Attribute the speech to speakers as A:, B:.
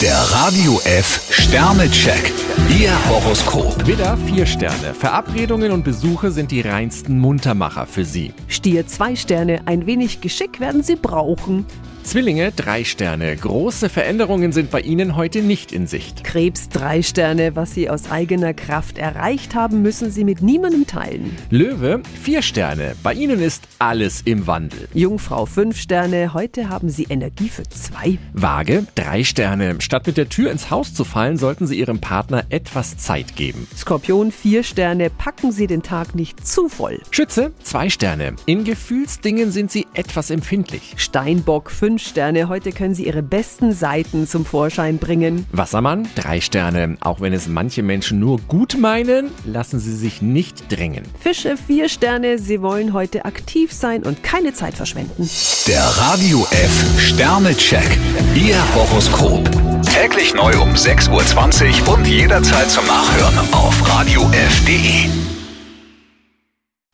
A: Der Radio F Sternecheck. Ihr Horoskop.
B: Widder, vier Sterne. Verabredungen und Besuche sind die reinsten Muntermacher für Sie.
C: Stier zwei Sterne, ein wenig Geschick werden Sie brauchen.
B: Zwillinge, drei Sterne. Große Veränderungen sind bei Ihnen heute nicht in Sicht.
C: Krebs drei Sterne, was Sie aus eigener Kraft erreicht haben, müssen Sie mit niemandem teilen.
B: Löwe, vier Sterne. Bei Ihnen ist alles im Wandel.
C: Jungfrau fünf Sterne, heute haben Sie Energie für zwei.
B: Waage, drei Sterne. Statt mit der Tür ins Haus zu fallen, sollten Sie Ihrem Partner etwas Zeit geben.
C: Skorpion vier Sterne, packen Sie den Tag nicht zu voll.
B: Schütze, zwei Sterne. In Gefühlsdingen sind Sie etwas empfindlich.
C: Steinbock fünf Sterne, heute können Sie Ihre besten Seiten zum Vorschein bringen.
B: Wassermann, drei Sterne. Auch wenn es manche Menschen nur gut meinen, lassen Sie sich nicht drängen.
C: Fische vier Sterne, Sie wollen heute aktiv sein und keine Zeit verschwenden.
A: Der Radio F Sternecheck. Ihr Horoskop. Täglich neu um 6.20 Uhr und jederzeit zum Nachhören auf Radio E. radiof.de.